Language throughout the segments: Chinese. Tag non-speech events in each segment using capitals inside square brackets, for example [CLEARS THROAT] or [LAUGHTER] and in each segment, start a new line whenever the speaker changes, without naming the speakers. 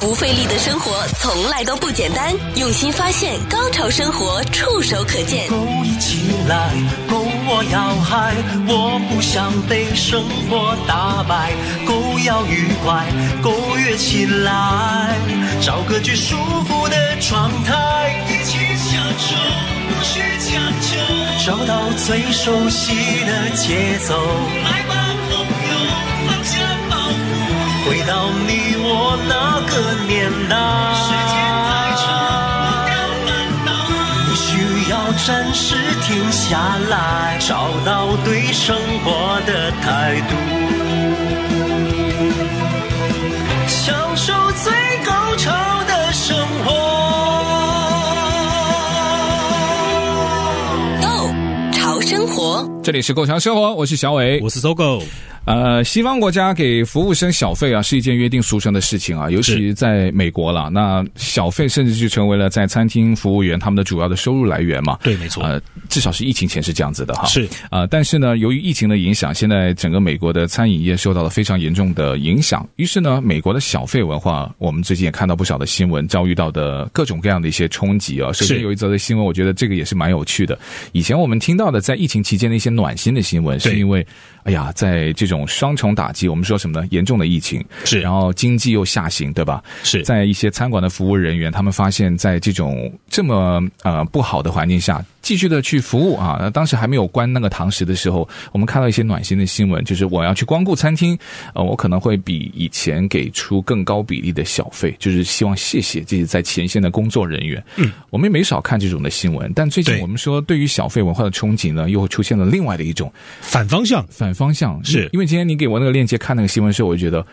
不费力的生活从来都不简单，用心发现，高潮生活触手可见
Go 一起来，Go 我要嗨，我不想被生活打败，Go 要愉快，Go 跃起来，找个最舒服的状态，一起享受，不需强求，找到最熟悉的节奏，来吧，朋友，放下包袱，回到你我那个年代。时间太长，不需要暂时停下来，找到对生活的态度，享受最高潮的生活。
，Go 潮生活。
这里是购强生活，我是小伟。
我是搜狗，
呃，西方国家给服务生小费啊，是一件约定俗成的事情啊，尤其在美国了。那小费甚至就成为了在餐厅服务员他们的主要的收入来源嘛。
[LAUGHS] 对没错
呃，至少是疫情前是这样子的哈。
是
啊、但是呢，由于疫情的影响，现在整个美国的餐饮业受到了非常严重的影响。于是呢，美国的小费文化，我们最近也看到不少的新闻，遭遇到的各种各样的一些冲击啊。首先
是
有一则的新闻，我觉得这个也是蛮有趣的。以前我们听到的在疫情期间的一些暖心的新闻，是
对
因为哎呀，在这种双重打击，我们说什么呢？严重的疫情，
是
然后经济又下行，对吧？
是
在一些餐馆的服务人员，他们发现，在这种这么呃不好的环境下，继续的去服务啊。那当时还没有关那个堂食的时候，我们看到一些暖心的新闻，就是我要去光顾餐厅，呃，我可能会比以前给出更高比例的小费，就是希望谢谢这些在前线的工作人员。嗯，我们也没少看这种的新闻，但最近
对
我们说对于小费文化的憧憬呢，又出现了另外的一种
反方向，
反方向，
是
因为今天你给我那个链接看那个新闻的时候，我就觉得。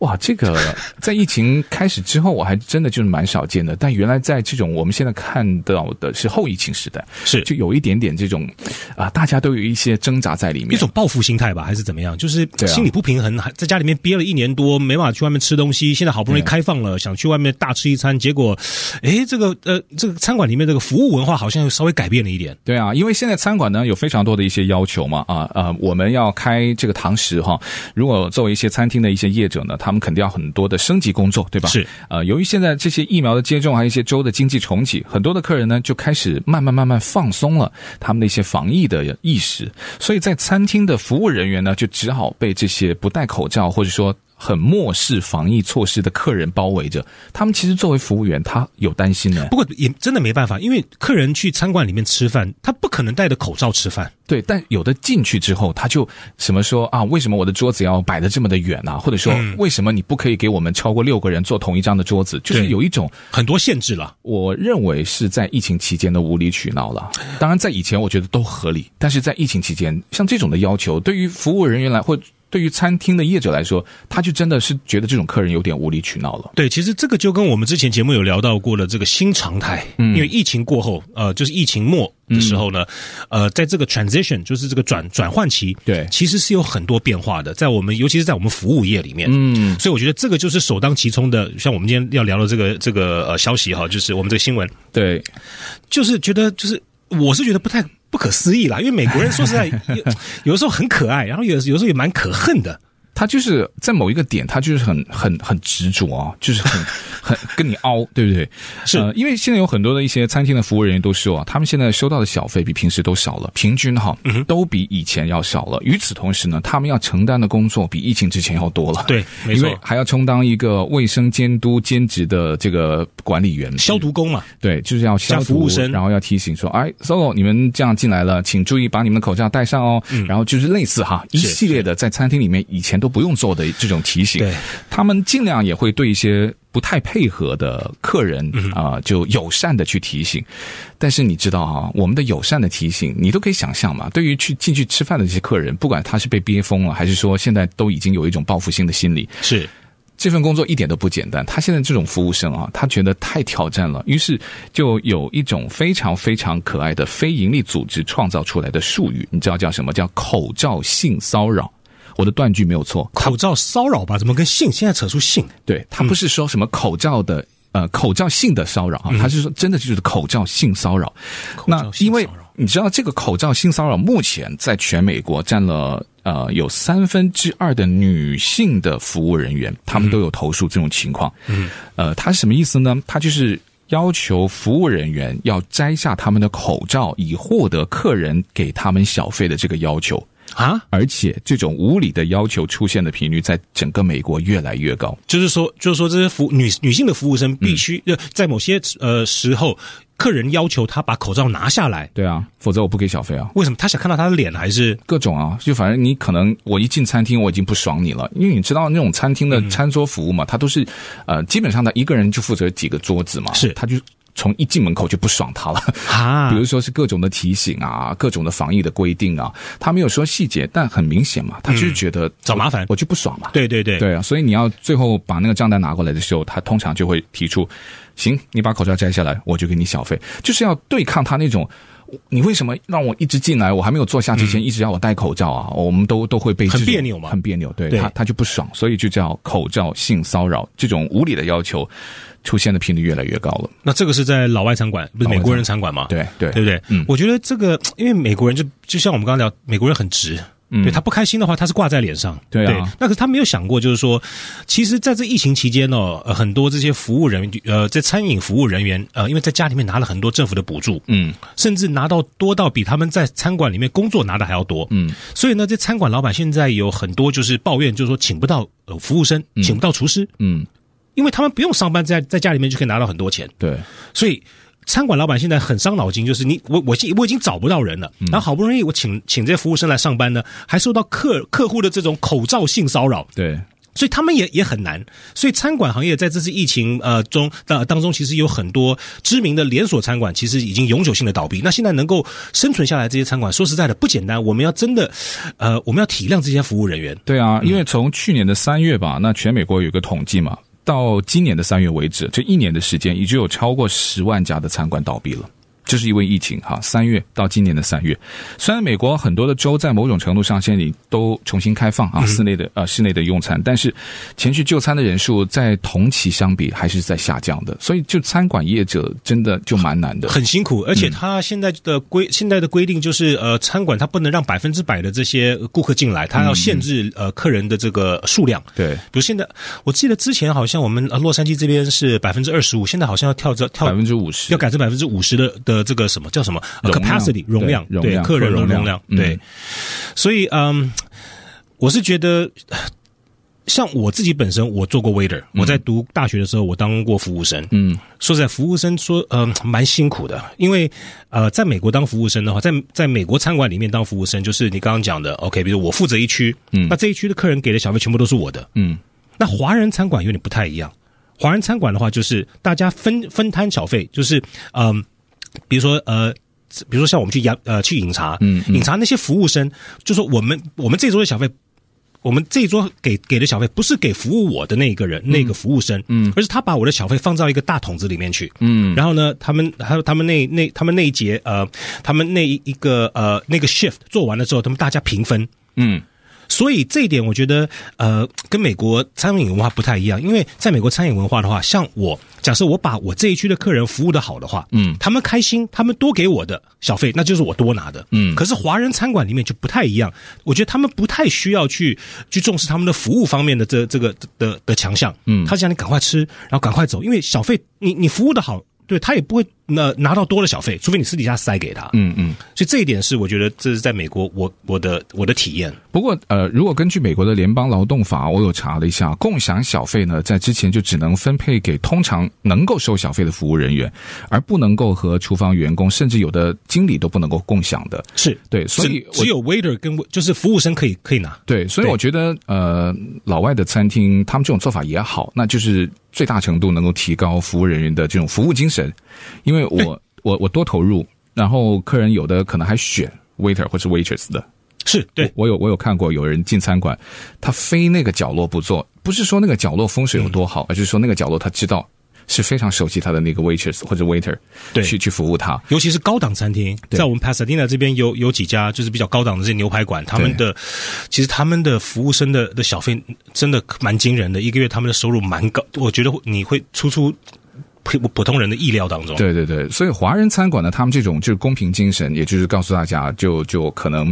哇，这个在疫情开始之后，我还真的就是蛮少见的。但原来在这种我们现在看到的是后疫情时代，
是
就有一点点这种啊、大家都有一些挣扎在里面。
一种报复心态吧，还是怎么样？就是
对啊
心理不平衡，还在家里面憋了一年多，没办法去外面吃东西。现在好不容易
对
开放了，想去外面大吃一餐，结果，诶，这个呃，这个餐馆里面这个服务文化好像又稍微改变了一点。
对啊，因为现在餐馆呢有非常多的一些要求嘛，啊呃，我们要开这个堂食哈。如果作为一些餐厅的一些业者呢，他们肯定要很多的升级工作，对吧？
是。
呃，由于现在这些疫苗的接种，还有一些州的经济重启，很多的客人呢就开始慢慢慢慢放松了他们的一些防疫的意识，所以在餐厅的服务人员呢，就只好被这些不戴口罩或者说。很漠视防疫措施的客人包围着，他们其实作为服务员，他有担心呢。
不过也真的没办法，因为客人去餐馆里面吃饭，他不可能戴着口罩吃饭。
对，但有的进去之后，他就什么说啊，为什么我的桌子要摆的这么的远啊？或者说，为什么你不可以给我们超过六个人坐同一张的桌子？就是
对
有一种
很多限制了，
我认为是在疫情期间的无理取闹了。当然，在以前我觉得都合理，但是在疫情期间，像这种的要求，对于服务人员来或对于餐厅的业者来说，他就真的是觉得这种客人有点无理取闹了。
对，其实这个就跟我们之前节目有聊到过的这个新常态，因为疫情过后，呃，就是疫情末的时候呢，呃，在这个 transition，就是这个转转换期，
对
其实是有很多变化的，在我们尤其是在我们服务业里面，嗯，所以我觉得这个就是首当其冲的，像我们今天要聊的这个这个呃消息哈，就是我们这个新闻，
对，
就是觉得就是我是觉得不太不可思议啦，因为美国人说实在有有的时候很可爱，然后有的有的时候也蛮可恨的，
他就是在某一个点，他就是很很很执着啊，就是很 [LAUGHS] 很跟你凹，对不对？
是
呃，因为现在有很多的一些餐厅的服务人员都说啊，他们现在收到的小费比平时都少了，平均哈，
嗯
都比以前要少了。与此同时呢，他们要承担的工作比疫情之前要多了，
对没错
因为还要充当一个卫生监督兼职的这个管理员，
消毒工嘛，
对，就是要消
加
毒，
服务生
然后要提醒说，哎，solo，你们这样进来了，请注意把你们的口罩戴上哦。然后就是类似哈一
嗯是
系列的在餐厅里面以前都不用做的这种提醒
对，
他们尽量也会对一些不太配合的客人
嗯
啊、就友善的去提醒。但是你知道啊，我们的友善的提醒，你都可以想象嘛。对于去进去吃饭的这些客人，不管他是被憋疯了，还是说现在都已经有一种报复性的心理，
是。
这份工作一点都不简单。他现在这种服务生啊，他觉得太挑战了，于是就有一种非常非常可爱的非营利组织创造出来的术语，你知道叫什么？叫口罩性骚扰。我的断句没有错，
口罩骚扰吧？怎么跟性现在扯出性？
对他
嗯
不是说什么口罩的。呃，口罩性的骚扰啊，他是说真的就是口罩性骚扰。
嗯罩
那
性
因为
骚扰
你知道这个口罩性骚扰目前在全美国占了呃有三分之二的女性的服务人员，他们都有投诉这种情况。嗯，呃，它是什么意思呢？它就是。要求服务人员要摘下他们的口罩，以获得客人给他们小费的这个要求。
啊，
而且这种无理的要求出现的频率在整个美国越来越高。
就是说，就是说，这些服女女性的服务生
嗯
必须、呃在某些呃时候，客人要求她把口罩拿下来，
对啊，否则我不给小费啊。
为什么？她想看到她的脸
[LAUGHS]
还是？
各种啊，就反正你可能我一进餐厅我已经不爽你了，因为你知道那种餐厅的
嗯
餐桌服务嘛，它都是呃基本上他一个人就负责几个桌子嘛，
是
他就从一进门口就不爽他了。
啊，
比如说是各种的提醒啊，各种的防疫的规定啊，他没有说细节，但很明显嘛，他就是觉得、
嗯找麻烦
我就不爽嘛。
对对对，
对啊，所以你要最后把那个账单拿过来的时候，他通常就会提出，行，你把口罩摘下来，我就给你小费，就是要对抗他那种。你为什么让我一直进来？我还没有坐下之前，一直要我戴口罩啊？我们都都会被
嗯很
这种
别扭嘛
很别扭。对
对
他，他就不爽，所以就叫口罩性骚扰这种无理的要求出现的频率越来越高了。
那这个是在老外餐馆，不是
老外
美国人餐馆吗？
对对
对不对？
嗯
我觉得这个，因为美国人就就像我们刚刚聊，美国人很直。对他不开心的话，他是挂在脸上。
嗯对啊
那可是他没有想过，就是说，其实在这疫情期间哦，呃很多这些服务人员，呃，在餐饮服务人员，呃，因为在家里面拿了很多政府的补助，
嗯，
甚至拿到多到比他们在餐馆里面工作拿的还要多，
嗯，
所以呢，这餐馆老板现在有很多就是抱怨，就是说请不到呃服务生，请不到厨师，
嗯，
因为他们不用上班，在在家里面就可以拿到很多钱，
对，
所以餐馆老板现在很伤脑筋，就是你我我我已经找不到人了，然后好不容易我请请这些服务生来上班呢，还受到客客户的这种口罩性骚扰，
对，
所以他们也也很难。所以餐馆行业在这次疫情呃中当当中，其实有很多知名的连锁餐馆其实已经永久性的倒闭。那现在能够生存下来这些餐馆，说实在的不简单。我们要真的呃，我们要体谅这些服务人员。
对啊，因为从去年的三月吧，那全美国有一个统计嘛，到今年的三月为止，这一年的时间已经有超过十万家的餐馆倒闭了。这是因为疫情哈，三月到今年的三月，虽然美国很多的州在某种程度上现在已都重新开放
嗯
啊，室内的呃室内的用餐，但是前去就餐的人数在同期相比还是在下降的，所以就餐馆业者真的就蛮难的。
很辛苦，而且他现在的规、现在的规定就是，呃，餐馆他不能让百分之百的这些顾客进来，他要限制、呃客人的这个数量。
对
比如现在，我记得之前好像我们呃洛杉矶这边是百分之二十五，现在好像要跳着
百
跳
分之五十
要改成百分之五十的的这个什么叫什么呃
容量
capacity 容量，
容
对
量
客人
客容量
容量，对
嗯，
所以嗯，我是觉得。像我自己本身，我做过 waiter，我
嗯
在读大学的时候，我当过服务生。嗯，说实在，服务生说，嗯、蛮辛苦的，因为呃，在美国当服务生的话，在在美国餐馆里面当服务生，就是你刚刚讲的，OK，比如我负责一区，嗯，那这一区的客人给的小费全部都是我的，
嗯，
那华人餐馆有点不太一样，华人餐馆的话，就是大家分分摊小费，就是嗯、比如说呃。比如说像我们去饮呃去饮茶，嗯，饮茶那些服务生就说我们我们这桌的小费，我们这一桌给给的小费不是给服务我的那个人、那个服务生，嗯，而是他把我的小费放到一个大桶子里面去，嗯，然后呢，他们还有他们那那他们那一节呃，他们那一个呃那个 shift 做完了之后，他们大家平分，
嗯，
所以这一点我觉得，呃，跟美国餐饮文化不太一样，因为在美国餐饮文化的话，像我假设我把我这一区的客人服务的好的话，嗯，他们开心，他们多给我的小费，那就是我多拿的，嗯。可是华人餐馆里面就不太一样，我觉得他们不太需要去去重视他们的服务方面的这这个的的的强项，嗯，他想你赶快吃，然后赶快走，因为小费你你服务的好。对他也不会拿拿到多的小费，除非你私底下塞给他。嗯嗯，所以这一点是我觉得这是在美国我我的我的体验。
不过，呃，如果根据美国的联邦劳动法，我有查了一下，共享小费呢，在之前就只能分配给通常能够收小费的服务人员，而不能够和厨房员工，甚至有的经理都不能够共享的。
是
对所以
只
我
只有 waiter 跟就是服务生可以可以拿。
对，所以
对
我觉得，呃，老外的餐厅他们这种做法也好，那就是最大程度能够提高服务人员的这种服务精神，因为我我我多投入，然后客人有的可能还选 waiter 或是 waitress 的，
是对，
我有我有看过有人进餐馆，他非那个角落不坐，不是说那个角落风水有多好，而是说那个角落他知道是非常熟悉他的那个 waitress 或者 waiter，
对哦
去去服务他。
尤其是高档餐厅，
对
在我们 Pasadena 这边有有几家就是比较高档的这些牛排馆，他们的其实他们的服务生的的小费真的蛮惊人的，一个月他们的收入蛮高，我觉得你会出出。普普通人的意料当中。
对对对，所以华人餐馆呢，他们这种就是公平精神，也就是告诉大家，就就可能，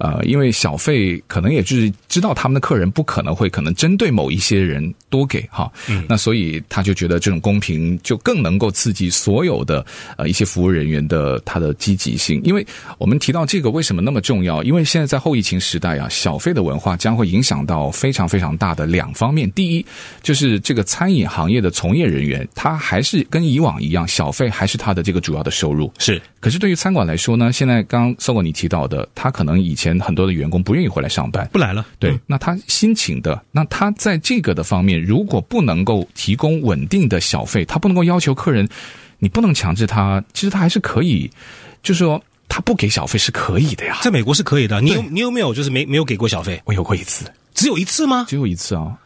呃，因为小费可能也就是知道他们的客人不可能会可能针对某一些人多给哈，那所以他就觉得这种公平就更能够刺激所有的呃一些服务人员的他的积极性，因为我们提到这个为什么那么重要？因为现在在后疫情时代啊，小费的文化将会影响到非常非常大的两方面，第一就是这个餐饮行业的从业人员，他还是跟以往一样，小费还是他的这个主要的收入。
是
可是对于餐馆来说呢，现在刚刚搜狗你提到的，他可能以前很多的员工不愿意回来上班，
不来了，
对
嗯，
那他新请的，那他在这个的方面，如果不能够提供稳定的小费，他不能够要求客人，你不能强制他，其实他还是可以，就是说他不给小费是可以的呀。
在美国是可以的。你有你有没有就是没没有给过小费？
我有过一次，
只有一次吗？
只有一次啊。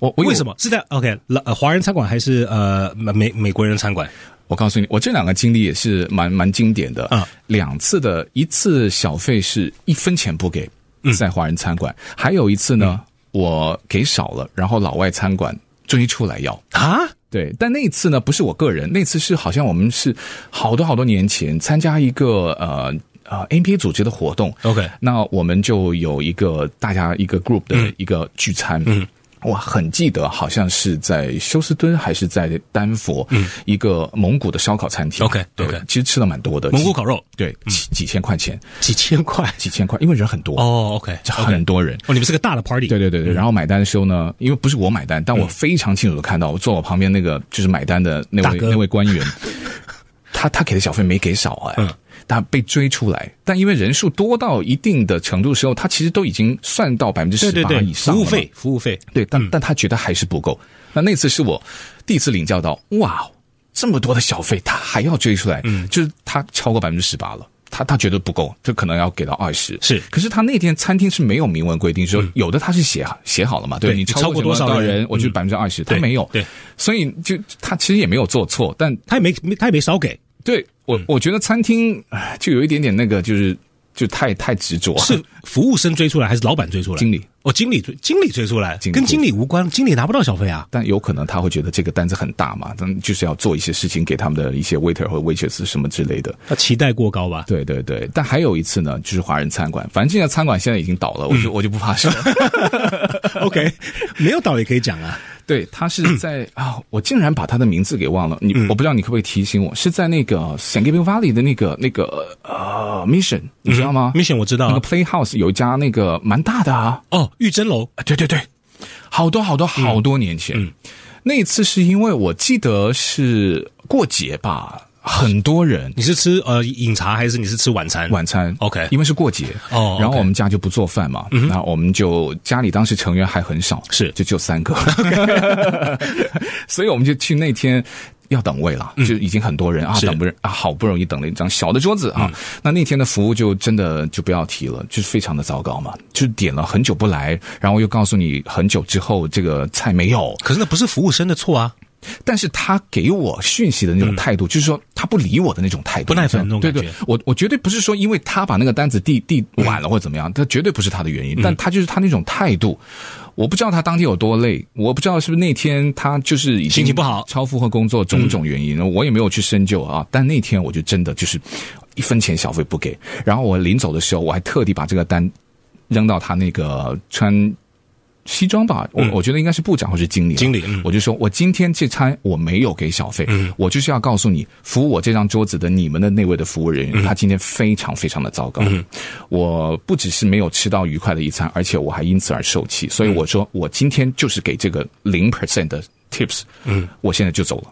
我我有
为什？么是在 OK 老呃华人餐馆还是呃美美美国人餐馆？
我告诉你，我这两个经历也是蛮蛮经典的。
啊
两次的一次小费是一分钱不给，
嗯
在华人餐馆，还有一次呢，我给少了，然后老外餐馆追出来要。
啊？
对，但那一次呢，不是我个人，那次是好像我们是好多好多年前参加一个呃呃 NBA 组织的活动
OK
那我们就有一个大家一
嗯
个 group 的一个聚餐，嗯。我很记得，好像是在休斯敦还是在丹佛，嗯，一个蒙古的烧烤餐厅。
OK，
对
OK
其实吃了蛮多的，
蒙古
几
烤肉嗯
对，几几千块钱，
几千块
几千块，因为人很多，
哦，OK，
很多人，
哦，你们是个大的 party，
对对对对，然后买单的时候呢，因为不是我买单，
嗯
但我非常清楚的看到，我坐我旁边那个就是买单的那
大
位
哥
那位官
[LAUGHS]
员，他他给的小费没给少哎，
嗯
但被追出来，但因为人数多到一定的程度时候，他其实都已经算到百分之
对
十
对
八
对，
以上了
服务
嘛
费，服务费，
对，但但他觉得还是不够。那那次是我第一次领教到，哇，哦这么多的小费，他还要追出来，嗯，就是他超过百分之十八了。他他觉得不够，就可能要给到二十。
是嗯
可是他那天餐厅是没有明文规定说，有的他是写写好了嘛，对
对
你
你
超
超
过
过多
什么
少
多
人
我就
嗯
百分之二十，他
对
没有。
对，
所以就他其实也没有做错，但
他也没没他也没少给，
对我
嗯
我觉得餐厅唉就有一点点那个，就是就太太执着。
是服务生追出来还是老板追出来？
经理
哦，经理追经理追出来，
经理
跟经理无关，经理拿不到小费啊。
但有可能他会觉得这个单子很大嘛，但就是要做一些事情给他们的一些 waiter 或 waitress 什么之类的。
他期待过高吧？
对对对，但还有一次呢，就是华人餐馆，反正这家餐馆现在已经倒了，我就、
嗯
我就不
[LAUGHS]
怕说。
[LAUGHS] OK，没有倒也可以讲
[LAUGHS]
啊。
对，他是在啊，我竟然把他的名字给忘了，你、
嗯
我不知道你可不可以提醒我，是在那个呃 San Gabriel Valley 的那个那个呃 Mission，你知道吗、
Mission 我知道
那
啊
个 Playhouse 有一家那个蛮大的啊，
哦，玉珍楼
啊，对对对，好多
嗯
好多好多年前，那一次是因为我记得是过节吧，很多人
你是吃呃饮茶还是你是吃晚餐？
晚餐
OK
因为是过节
哦，OK 嗯
然后我们家就不做饭嘛，那我们就家里当时成员还很少，
是
就就三
[LAUGHS]
个， [LAUGHS] 所以我们就去那天。要等位了，就已经很多人啊，
嗯是嗯
等不啊，好不容易等了一张小的桌子啊。那那天的服务就真的就不要提了，就是非常的糟糕嘛，就点了很久不来，然后又告诉你很久之后这个菜没有，
可是那不是服务生的错啊。
但是他给我讯息的那种态度，就是说他不理我的那种态度，
嗯不耐烦的那种
对
感觉
对，我我绝对不是说因为他把那个单子递递晚了或者怎么
嗯
样，他绝对不是他的原因，但他就是他那种态度。我不知道他当天有多累，我不知道是不是那天他就是已经
心情不好嗯
超负荷工作种种原因，我也没有去深究啊。但那天我就真的就是一分钱小费不给，然后我临走的时候，我还特地把这个单扔到他那个穿西装吧，我、我觉得应该是部长或是经理了，
嗯经理嗯
我就说我今天这餐我没有给小费，我就是要告诉你，服务我这张桌子的你们的那位的服务人员，
嗯
他今天非常非常的糟糕，我不只是没有吃到愉快的一餐，而且我还因此而受气，所以
嗯
我说我今天就是给这个零 percent 的 tips，嗯，我现在就走了，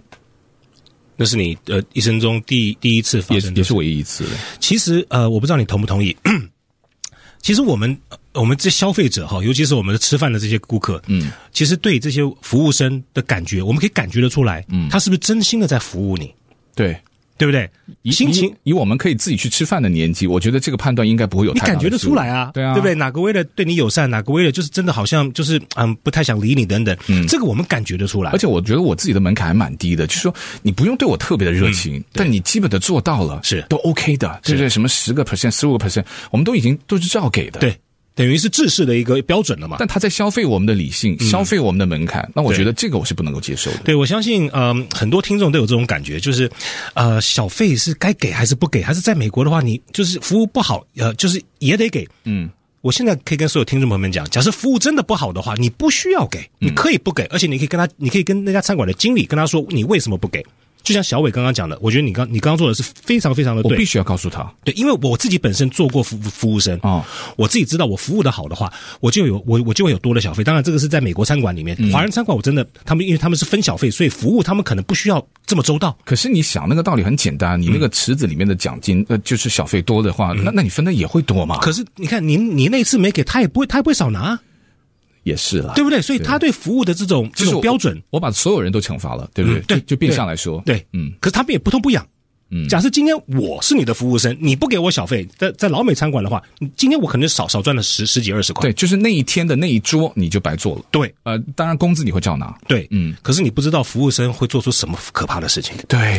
那是你呃一生中第第一次发
也
生的
也是唯一一次了，
其实呃，我不知道你同不同意。 [CLEARS THROAT] 其实我们呃我们这消费者哈，尤其是我们吃饭的这些顾客，嗯，其实对这些服务生的感觉，我们可以感觉得出来，嗯，他是不是真心的在服务你，
对。
对不对？
以
心情
以以我们可以自己去吃饭的年纪，我觉得这个判断应该不会有
你
太大的
感觉得
失误
出来啊，
对啊，
对不对？？哪个为了对你友善，哪个为了就是真的好像就是嗯不太想理你等等，这个我们感觉得出来
而。且我觉得我自己的门槛还蛮低的，就是说你不用对我特别的热情，但你基本的做到了，
嗯是
都 OK 的，对不对？什么十个 percent、十五个 percent，我们都已经都是照给的，
对，等于是制式的一个标准了嘛。
但他在消费我们的理性，消费我们的门槛，那我
嗯对呃
觉得这个我是不能够接受的。
对，我相信，嗯、很多听众都有这种感觉，就是，呃，小费是该给还是不给？还是在美国的话，你就是服务不好，呃，就是也得给。嗯，我现在可以跟所有听众朋友们讲，假设服务真的不好的话，你不需要给，你可以不给，而且你可以跟他，你可以跟那家餐馆的经理跟他说你为什么不给。就像小伟刚刚讲的，我觉得你刚你刚刚做的是非常非常的
我
对，
必须要告诉他，
对，因为我自己本身做过服服务生
哦
我自己知道我服务的好的话，我就有我我就会有多的小费。当然，这个是在美国餐馆里面，
嗯
华人餐馆我真的他们因为他们是分小费，所以服务他们可能不需要这么周到。
可是你想那个道理很简单，
嗯
你那个池子里面的奖金，呃，就是小费多的话，那那你分的也会多嘛？
可是你看，你你那次没给他也不会，他也不会少拿，
也是啦，
对不对？所以他对服务的这种
就
这
是
种
我
标准，
我把所有人都惩罚了，对不对？
嗯对
就就变相来说，
对，
嗯，
可是他们也不痛不痒。嗯，假设今天我是你的服务生，你不给我小费，在在老美餐馆的话，你今天我可能少少赚了十十几二十块。
对，就是那一天的那一桌你就白做了。
对
呃，当然工资你会照拿，
对，
嗯，
可是你不知道服务生会做出什么可怕的事情。
对，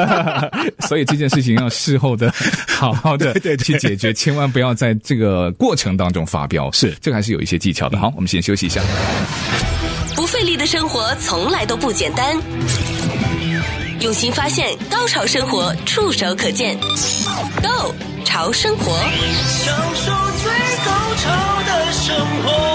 [LAUGHS] 所以这件事情要事后的好好的
对对
去
对
解决，千万不要在这个过程当中发飙，
是
这个还是嗯有一些技巧的。好，我们先休息一下。
不费力的生活从来都不简单。用心发现，高潮生活触手可见 Go 潮生活，
享受最高潮的生活。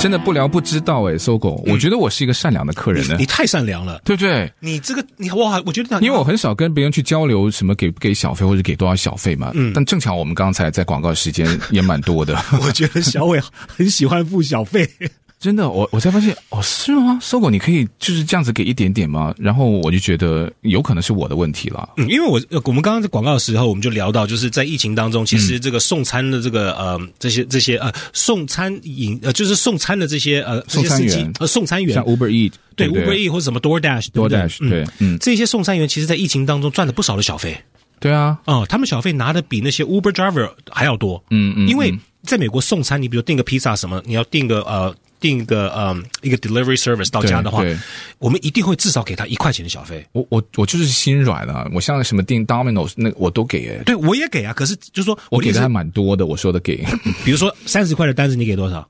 真的不聊不知道哎，搜狗，我觉得我是一个善良的客人呢
你，太善良了，
对不对？
你这个你哇，我觉得
因为我很少跟别人去交流什么给不给小费或者给多少小费嘛，嗯，但正巧我们刚才在广告时间也蛮多的，
我觉得小伟很喜欢付小费，
[LAUGHS] 真的，我我才发现哦，是吗？搜狗你可以就是这样子给一点点吗？然后我就觉得有可能是我的问题了，
[LAUGHS] 嗯，因为我呃我们刚刚在广告的时候，我们就聊到，就是在疫情当中，其
嗯
实这个送餐的这个呃这些这些呃送餐饮呃就是送餐的这些呃这
送
些
餐
司
员
机呃送餐员
像 Uber E
对
不
Uber E 或者什么 DoorDash 对不对
DoorDash，对嗯
这些送餐员其实，在疫情当中赚了不少的小费
对啊，
哦、他们小费拿的比那些 Uber driver 还要多，
嗯嗯
因为在美国送餐，你比如订个披萨什么，你要订个呃订个呃一个 delivery service 到家的话
对对，
我们一定会至少给他一块钱的小费。
我我我就是心软了、我像什么订 Domino's 那我都给哎，
对，我也给啊，可是就是说
我
我的
给
意思
的还蛮多的，我说的给
比如说三十块的单子，你给多少？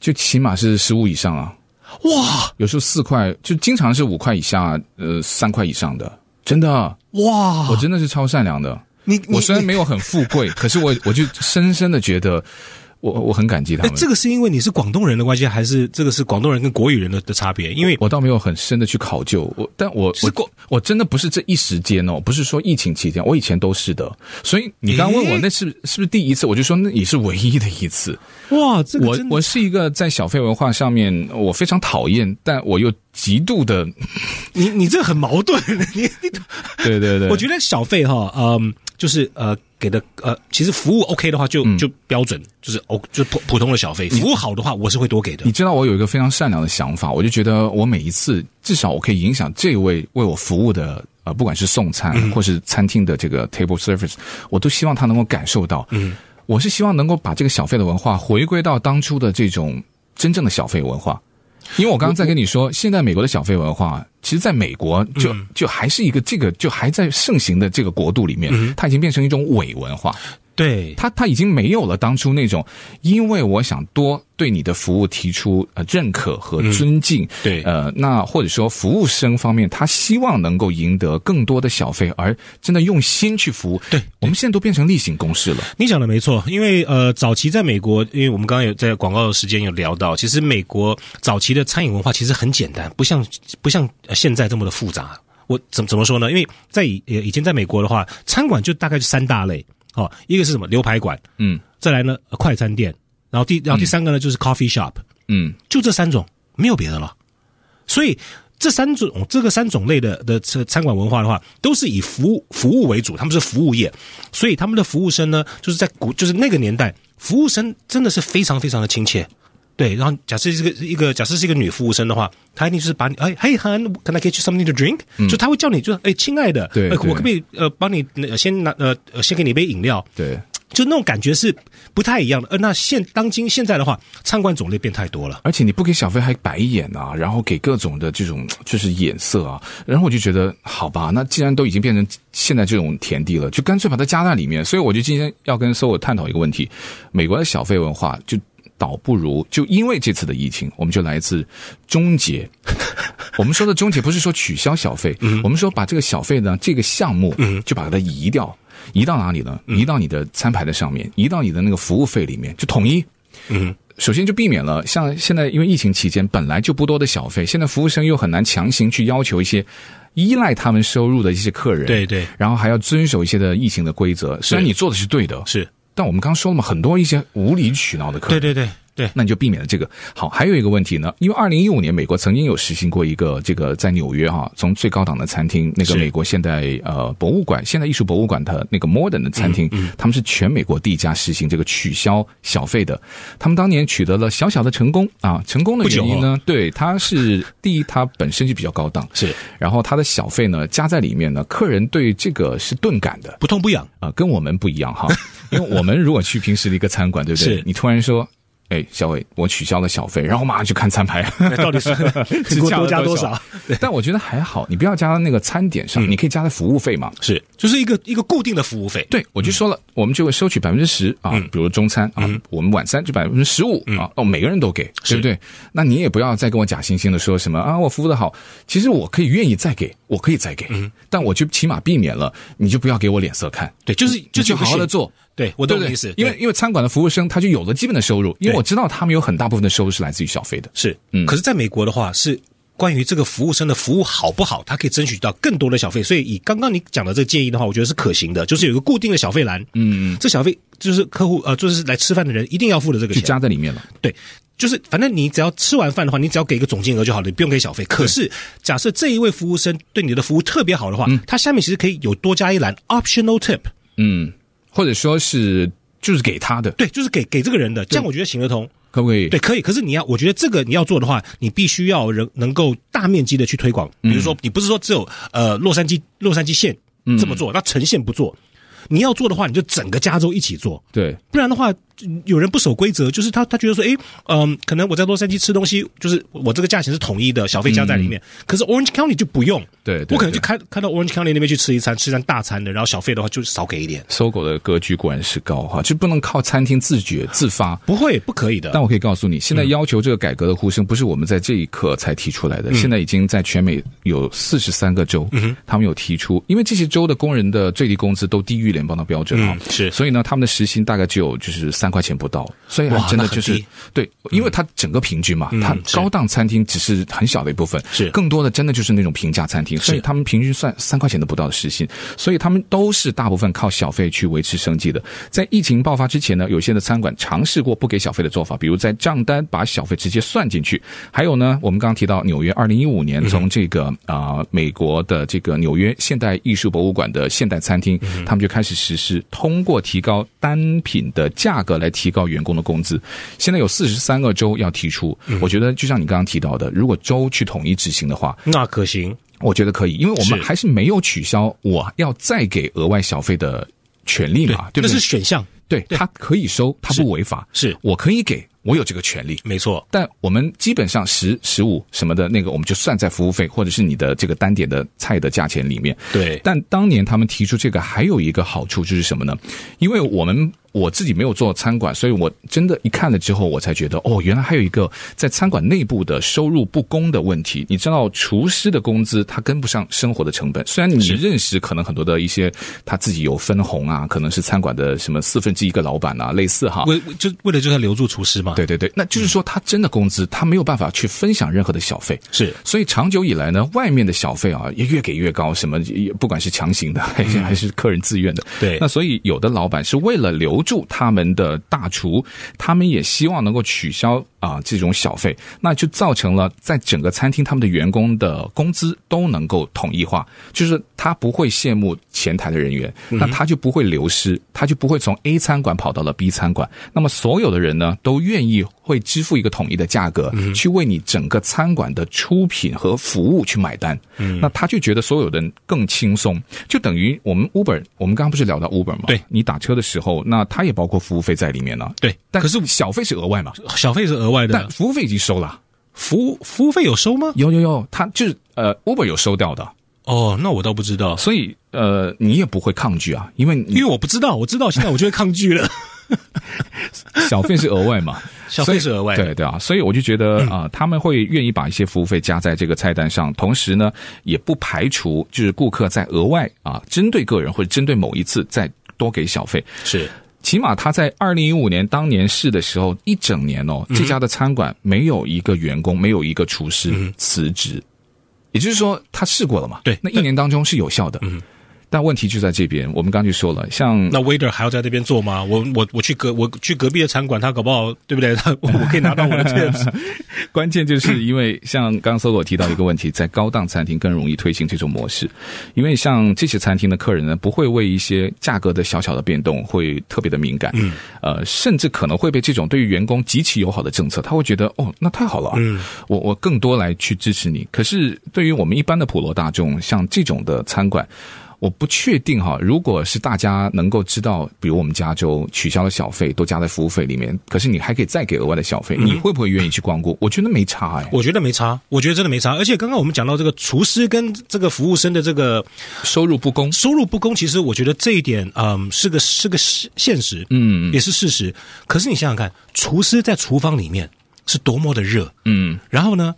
就起码是十五以上啊，
哇
有时候四块，就经常是五块以下，呃，三块以上的，真的，啊
哇，
我真的是超善良的。
啊你
我虽然没
有，
有很富贵，可是我我就深深的觉得，我我很感激他
哎
们，。
这个是因为你是广东人的关系，还是这个是广东人跟国语人的的差别？因为
我倒没有很深的去考究，我但我
是
我
过
我真的不是这一时间哦，不是说疫情期间，我以前都是的。所以你刚问我
诶
那是是不是第一次，我就说那也是唯一的一次。
哇，这个
我
真的
我是一个在小费文化上面我非常讨厌，但我又极度
[LAUGHS]
的，
你你这个很矛盾，你你
对对对，
我觉得小费哈，嗯，就是呃。给的呃，其实服务 OK 的话就，
嗯
就标准，就是哦，就普普通的小费。服务好的话，我是会多给的
你。知道我有一个非常善良的想法，我就觉得我每一次至少我可以影响这位为我服务的呃，不管是送餐、或是餐厅的这个 table service，我都希望他能够感受到。嗯，我是希望能够把这个小费的文化回归到当初的这种真正的小费文化。因为我刚刚在跟你说，现在美国的小费文化，其实在美国就、就还是一个这个就还在盛行的这个国度里面，它已经变成一种伪文化。
对，
他他已经没有了当初那种，因为我想多对你的服务提出呃认可和尊敬，
嗯对
呃，那或者说服务生方面，他希望能够赢得更多的小费，而真的用心去服务。
对
我们现在都变成例行公事了，
你讲的没错，因为呃，早期在美国，因为我们刚刚有在广告的时间有聊到，其实美国早期的餐饮文化其实很简单，不像不像呃现在这么的复杂。我怎怎么说呢？因为在以呃以前在美国的话，餐馆就大概就三大类哦，一个是什么牛排馆，
嗯
再来呢、呃快餐店，然后第然后第三个呢、就是 coffee shop，
嗯，
就这三种，没有别的了。所以这三种这个三种类的的餐餐馆文化的话，都是以服务服务为主，他们是服务业，所以他们的服务生呢，就是在古就是那个年代，服务生真的是非常非常的亲切。对，然后假设是一个一个假设是一个女服务生的话，她一定就是把你哎嘿 hon，can I get you something to drink？、就她会叫你就哎亲爱的，
嗯对
哎我
对
可不可以呃帮你呃先拿呃呃先给你一杯饮料？
对，
就那种感觉是不太一样的。呃，那现当今现在的话，餐馆种类变太多了。
而且你不给小费还白眼啊，然后给各种的这种就是眼色啊，然后我就觉得好吧，那既然都已经变成现在这种田地了，就干脆把它加在里面。所以我就今天要跟 SOHO 探讨一个问题：美国的小费文化就。倒不如就因为这次的疫情，我们就来自终结。我们说的终结不是说取消小费，
嗯
我们说把这个小费呢这个项目就把它移掉，移到哪里呢？
嗯
移到你的餐牌的上面，移到你的那个服务费里面，就统一。
嗯，
首先就避免了像现在因为疫情期间本来就不多的小费，现在服务生又很难强行去要求一些依赖他们收入的一些客人，
对对
然后还要遵守一些的疫情的规则。虽然
对
你做的是对的，
是，
但我们刚说了嘛，很多一些无理取闹的客人，
对对对对，
那你就避免了这个。好，还有一个问题呢，因为二零一五年美国曾经有实行过一个这个在纽约哈、从最高档的餐厅，那个
是
美国现代呃博物馆、现代艺术博物馆的那个 modern 的餐厅，
嗯
他们是全美国第一家实行这个取消小费的。他们当年取得了小小的成功啊，成功的
不久
原因呢，对，它是第一，它本身就比较高档，
是
然后它的小费呢加在里面呢，客人对这个是钝感的。
不痛不 [LAUGHS] 痒。
啊、跟我们不一样哈，因为我们如果去平时的一个餐馆，对不对
是？
你突然说，哎，小伟，我取消了小费，然后马上去看餐牌，
那到底是
只
你给我
加
多
了
加
多
多
少
少？
[LAUGHS] 但我觉得还好，你不要加到那个餐点上，你可以加在服务费嘛。
是，就是一个一个固定的服务费。
对，我就说了，我们就会收取百分之十啊，比如中餐啊，我们晚餐就百分之十五啊，哦，每个人都给，对不对？那你也不要再跟我假惺惺的说什么啊，我服务的好，其实我可以愿意再给，我可以再给，但我就起码避免了，你就不要给我脸色看，
对，就是
就
就
去
是
好好的
做。
做。
对，我
对
懂
不
你
对？
意思，
因为
对
因为餐馆的服务生他就有了基本的收入，因为
对
我知道他们有很大部分的收入是来自于小费的。
是，
嗯
可是在美国的话是。关于这个服务生的服务好不好，他可以争取到更多的小费，所以以刚刚你讲的这个建议的话，我觉得是可行的，就是有一个固定的小费栏，嗯，这小费就是客户呃，就是来吃饭的人一定要付的这
就
个钱，
加在里面了，
对，就是反正你只要吃完饭的话，你只要给一个总金额就好了，你不用给小费。可是假设这一位服务生对你的服务特别好的话，他下面其实可以有多加一栏 optional tip，
嗯，或者说是就是给他的，
对，就是给给这个人的，这样我觉得行得通。
可不可以？
对，可以。可是你要，我觉得这个你要做的话，你必须要能能够大面积的去推广。比如说，你不是说只有呃洛杉矶洛杉矶县这么做，那城县不做。你要做的话，你就整个加州一起做。
对
不然的话，有人不守规则，就是他他觉得说，诶，嗯、可能我在洛杉矶吃东西，就是我这个价钱是统一的，小费加在里面。可是 Orange County 就不用，
对对
我可能
对
就开开到 Orange County 那边去吃一餐，吃一餐大餐的，然后小费的话就少给一点。
搜狗的格局果然是高啊哈，就不能靠餐厅自觉自发。
不会，不可以的。
但我可以告诉你，现在要求这个改革的呼声不是我们在这一刻才提出来
嗯
的，现在已经在全美有四十三个州，他们有提出，因为这些州的工人的最低工资都低于联邦的标准啊
嗯，是
所以呢，他们的时薪大概只有就是三块钱不到，所以还
哇
真的
那很
就是
低
对，因为它整个平均嘛，它
是
高档餐厅只是很小的一部分，
是
更多的真的嗯就是那种平价餐厅，所以他们平均算三块钱都不到的时薪，所以他们都是大部分靠小费去维持生计的。在疫情爆发之前呢，有些的餐馆尝试过不给小费的做法，比如在账单把小费直接算进去，还有呢，我们刚刚提到纽约二零一五年从这个啊、呃美国的这个纽约现代艺术博物馆的现代餐厅，
嗯
他们就开始实施通过提高单品的价格来提高员工的工资。现在有四十三个州要提出，
嗯
我觉得就像你刚刚提到的，如果州去统一执行的话，
那可行，
我觉得可以，因为我们
是
还是没有取消我要再给额外小费的权利嘛，对
啊那
不
是
对？
选项，
对，
对
他可以收，他不违法，
是
我可以给，我有这个权利。
没错。
但我们基本上十、十五什么的那个，我们就算在服务费或者是你的这个单点的菜的价钱里面。
对
但当年他们提出这个，还有一个好处就是什么呢？因为我们我自己没有做餐馆，所以我真的一看了之后，我才觉得哦，原来还有一个在餐馆内部的收入不公的问题。你知道，厨师的工资他跟不上生活的成本，虽然你认识可能很多的一些他自己有分红啊，可能是餐馆的什么四分之一个老板啊，类似哈。
为为就为了就是留住厨师嘛。，
对对对，那就是说他真的工资，他没有办法去分享任何的小费。
是
所以长久以来呢，外面的小费啊也越给越高，什么也不管是强行的还是、还是客人自愿的，
对
那所以有的老板是为了留住他们的大厨，他们也希望能够取消啊、这种小费，那就造成了在整个餐厅他们的员工的工资都能够统一化，就是他不会羡慕前。前台的人员，那他就不会流失，他就不会从 A 餐馆跑到了 B 餐馆。那么所有的人呢，都愿意会支付一个统一的价
嗯
格，去为你整个餐馆的出品和服务去买单。
嗯
那他就觉得所有人更轻松，就等于我们 Uber，我们刚刚不是聊到 Uber 吗？
对
你打车的时候，那它也包括服务费在里面呢。
对
但
可是
小费是额外嘛？
小费是额外的
但，服务费已经收了，
服务服务费有收吗？
有有有，他就是呃 Uber 有收掉的，
哦，那我倒不知道，
所以呃你也不会抗拒啊，因为
因
你
为我不知道，我知道现在我就会抗拒了。
小费是额外嘛，
[LAUGHS] 小费是额外的嗯
对对啊，所以我就觉得啊、他们会愿意把一些服务费加在这个菜单上，同时呢，也不排除就是顾客在额外啊，针对个人或者针对某一次再多给小费，
是，
起码他在二零一五年当年试的时候，一整年哦，
嗯
这家的餐馆没有一个员工，没有一个厨师辞职，也就是说他试过了嘛。
嗯对
那一年当中是有效的。嗯，但问题就在这边，我们刚才就说了，像
[LAUGHS] 那 waiter 还要在那边做吗？我我我去隔我去隔壁的餐馆，他搞不好对不对？ [LAUGHS] 他我可以拿到我的 tips。
关键就是因为像刚刚搜狗提到一个问题，在高档餐厅更容易推行这种模式，因为像这些餐厅的客人呢，不会为一些价格的小小的变动会特别的敏感，嗯，呃，甚至可能会被这种对于员工极其友好的政策，他会觉得哦，那太好了、嗯，我我更多来去支持你。可是对于我们一般的普罗大众，像这种的餐馆。我不确定哈，如果是大家能够知道，比如我们加州取消了小费，都加在服务费里面，可是你还可以再给额外的小费，你会不会愿意去光顾？我觉得没差哎，
我觉得没差，我觉得真的没差。而且刚刚我们讲到这个厨师跟这个服务生的这个
收入不公，
收入不公，其实我觉得这一点，嗯，是个是个是现实，嗯，也是事实。可是你想想看，厨师在厨房里面是多么的热，
嗯，
然后呢，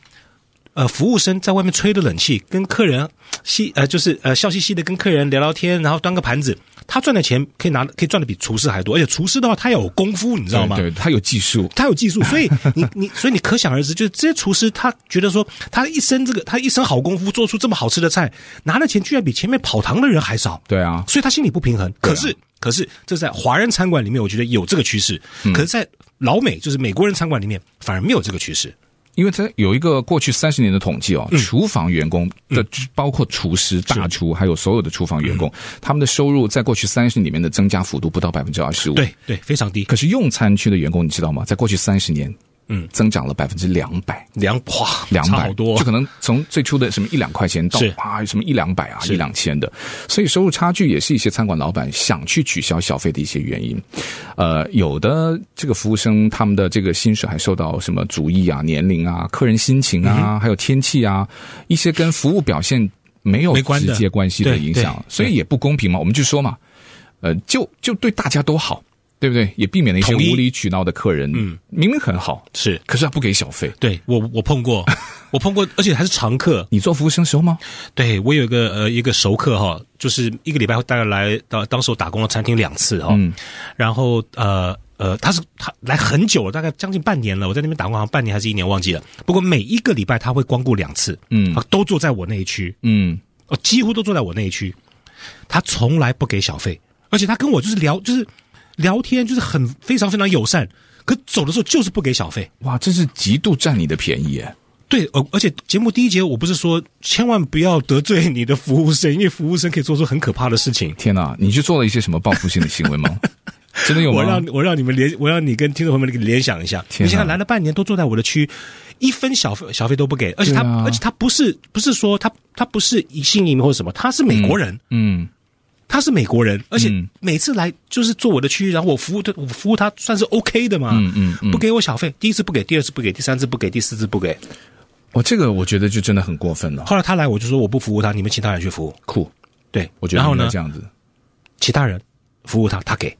呃，服务生在外面吹着冷气，跟客人嘻呃，就是呃笑嘻嘻的跟客人聊聊天，然后端个盘子，他赚的钱可以拿，可以赚的比厨师还多。而且厨师的话，他有功夫，你知
知
道吗？
对，他有技术，
他有技术，
[LAUGHS]
所以你你所以你可想而知，就是这些厨师他觉得说他一身这个他一身好功夫做出这么好吃的菜，拿的钱居然比前面跑堂的人还少，
对啊，
所以他心里不平衡。可是、可是这在华人餐馆里面，我觉得有这个趋势，
嗯
可是，在老美就是美国人餐馆里面反而没有这个趋势。
因为他有一个过去三十年的统计
嗯
哦，厨房员工的包括厨师、大厨，还有所有的厨房员工，
嗯
他们的收入在过去三十里面的增加幅度不到百分之二十五，
对对，非常低，
嗯可是用餐区的员工，你知道吗？在过去三十年，
嗯
增长了百分之两百。
两哇
两
差
百，
好多
就可能从最初的什么一两块钱到
是
啊什么一两百啊
是
一两千的，所以收入差距也是一些餐馆老板想去取消小费的一些原因。呃，有的这个服务生他们的这个薪水还受到什么主意啊、年龄啊、客人心情
嗯
啊，还有天气啊一些跟服务表现没有
没关的
直接关系的
对
影
对
响，所以也不公平嘛。我们就说嘛，呃，就就对大家都好。对不对？也避免了一些
统一
无理取闹的客人，嗯，明明很好，
是
可是他不给小费。
对我我
[LAUGHS]
碰过，我碰过，而且还是常客，
你做服务生时候吗？
对我有一个呃一个熟客哈，就是一个礼拜会大概来到当时我打工的餐厅两次哈，
嗯
然后呃呃他是他来很久了，大概将近半年了，我在那边打工好像半年还是一年忘记了，不过每一个礼拜他会光顾两次，
嗯
他都坐在我那一区，
嗯，
哦几乎都坐在我那一区，他从来不给小费，而且他跟我就是聊就是聊天就是很非常非常友善，可走的时候就是不给小费。
哇，这是极度占你的便宜耶！
对，而而且节目第一节我不是说千万不要得罪你的服务生，因为服务生可以做出很可怕的事情。
天哪，你去做了一些什么报复性的行为吗？ [LAUGHS] 真的有
我
吗
让？我让你们联，我让你跟听众朋友们联想一下，
天啊
你现在来了半年都坐在我的区，一分小费小费都不给，而且他、
对啊
而且他不是不是说他他不是一性移民或者什么，他是美国人，
嗯，
他是美国人，而且
嗯
每次来就是坐我的区，然后我服务的我服务他算是 OK 的嘛，
嗯嗯嗯
不给我小费，第一次不给，第二次不给，第三次不给，第四次不给，
我这个我觉得就真的很过分了，
后来他来我就说我不服务他，你们其他人去服务，
酷！
对，
我觉得
然后
应该
呢
这样子。
其他人服务他，他给。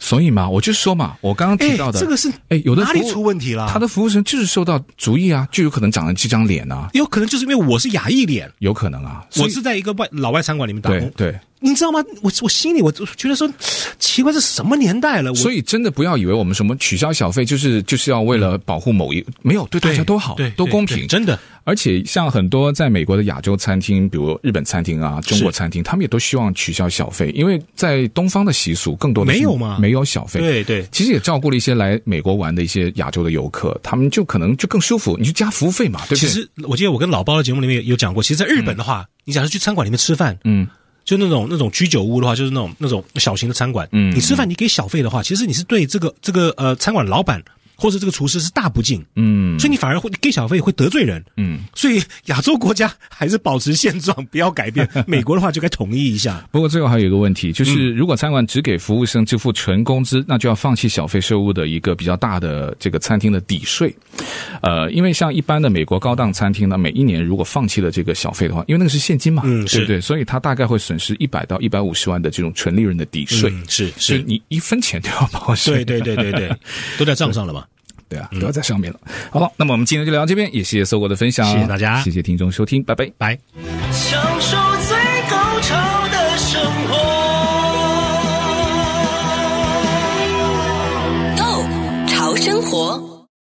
所以嘛，我就说嘛，我刚刚提到的，
哎这个是
哎，有的
哪里
服务
出问题啦
他的服务生就是受到主意啊，就有可能长了这张脸啊，
有可能就是因为我是亚裔脸，
有可能啊。所
我
以
是在一个外老外餐馆里面打
对
工，
对，
你知道吗？我我心里我我觉得说，奇怪，这什么年代了？我
所以真的不要以为我们什么取消小费就是就是要为了保护某一，没有对大家都好
对，
都
对
公
对
平，
真的。
而且像很多在美国的亚洲餐厅，比如日本餐厅啊、中国餐厅，他们也都希望取消小费，因为在东方的习俗更多的是
没有嘛
没有小费。
对对
其实也照顾了一些来美国玩的一些亚洲的游客，他们就可能就更舒服，你就加服务费嘛，对不对？
其实我记得我跟老包的节目里面有讲过，其实，在日本的话，你假设去餐馆里面吃饭，嗯，就那种那种居酒屋的话，就是那种那种小型的餐馆，
嗯
你吃饭你给小费的话，其实你是对这个这个呃餐馆老板或者这个厨师是大不敬，
嗯
所以你反而会给小费会得罪人，
嗯。
所以亚洲国家还是保持现状，不要改变。美国的话就该统一
[LAUGHS]
一下。
不过最后还有一个问题，
嗯
就是如果餐馆只给服务生支付纯工资，那就要放弃小费收入的一个比较大的这个餐厅的抵税。呃，因为像一般的美国高档餐厅呢，每一年如果放弃了这个小费的话，因为那个是现金嘛，
嗯
对
是
不对？所以它大概会损失一百到一百五十万的这种纯利润的抵税。
嗯是
所以
是，
你一分钱都要报税，
对嗯对对对
[LAUGHS]
对，都在账上了嘛。
对啊，不要在上面了。好了，那么我们今天就聊到这边，也谢谢搜狗的分享，
谢谢大家
谢谢听众收听，拜拜。
拜。
享受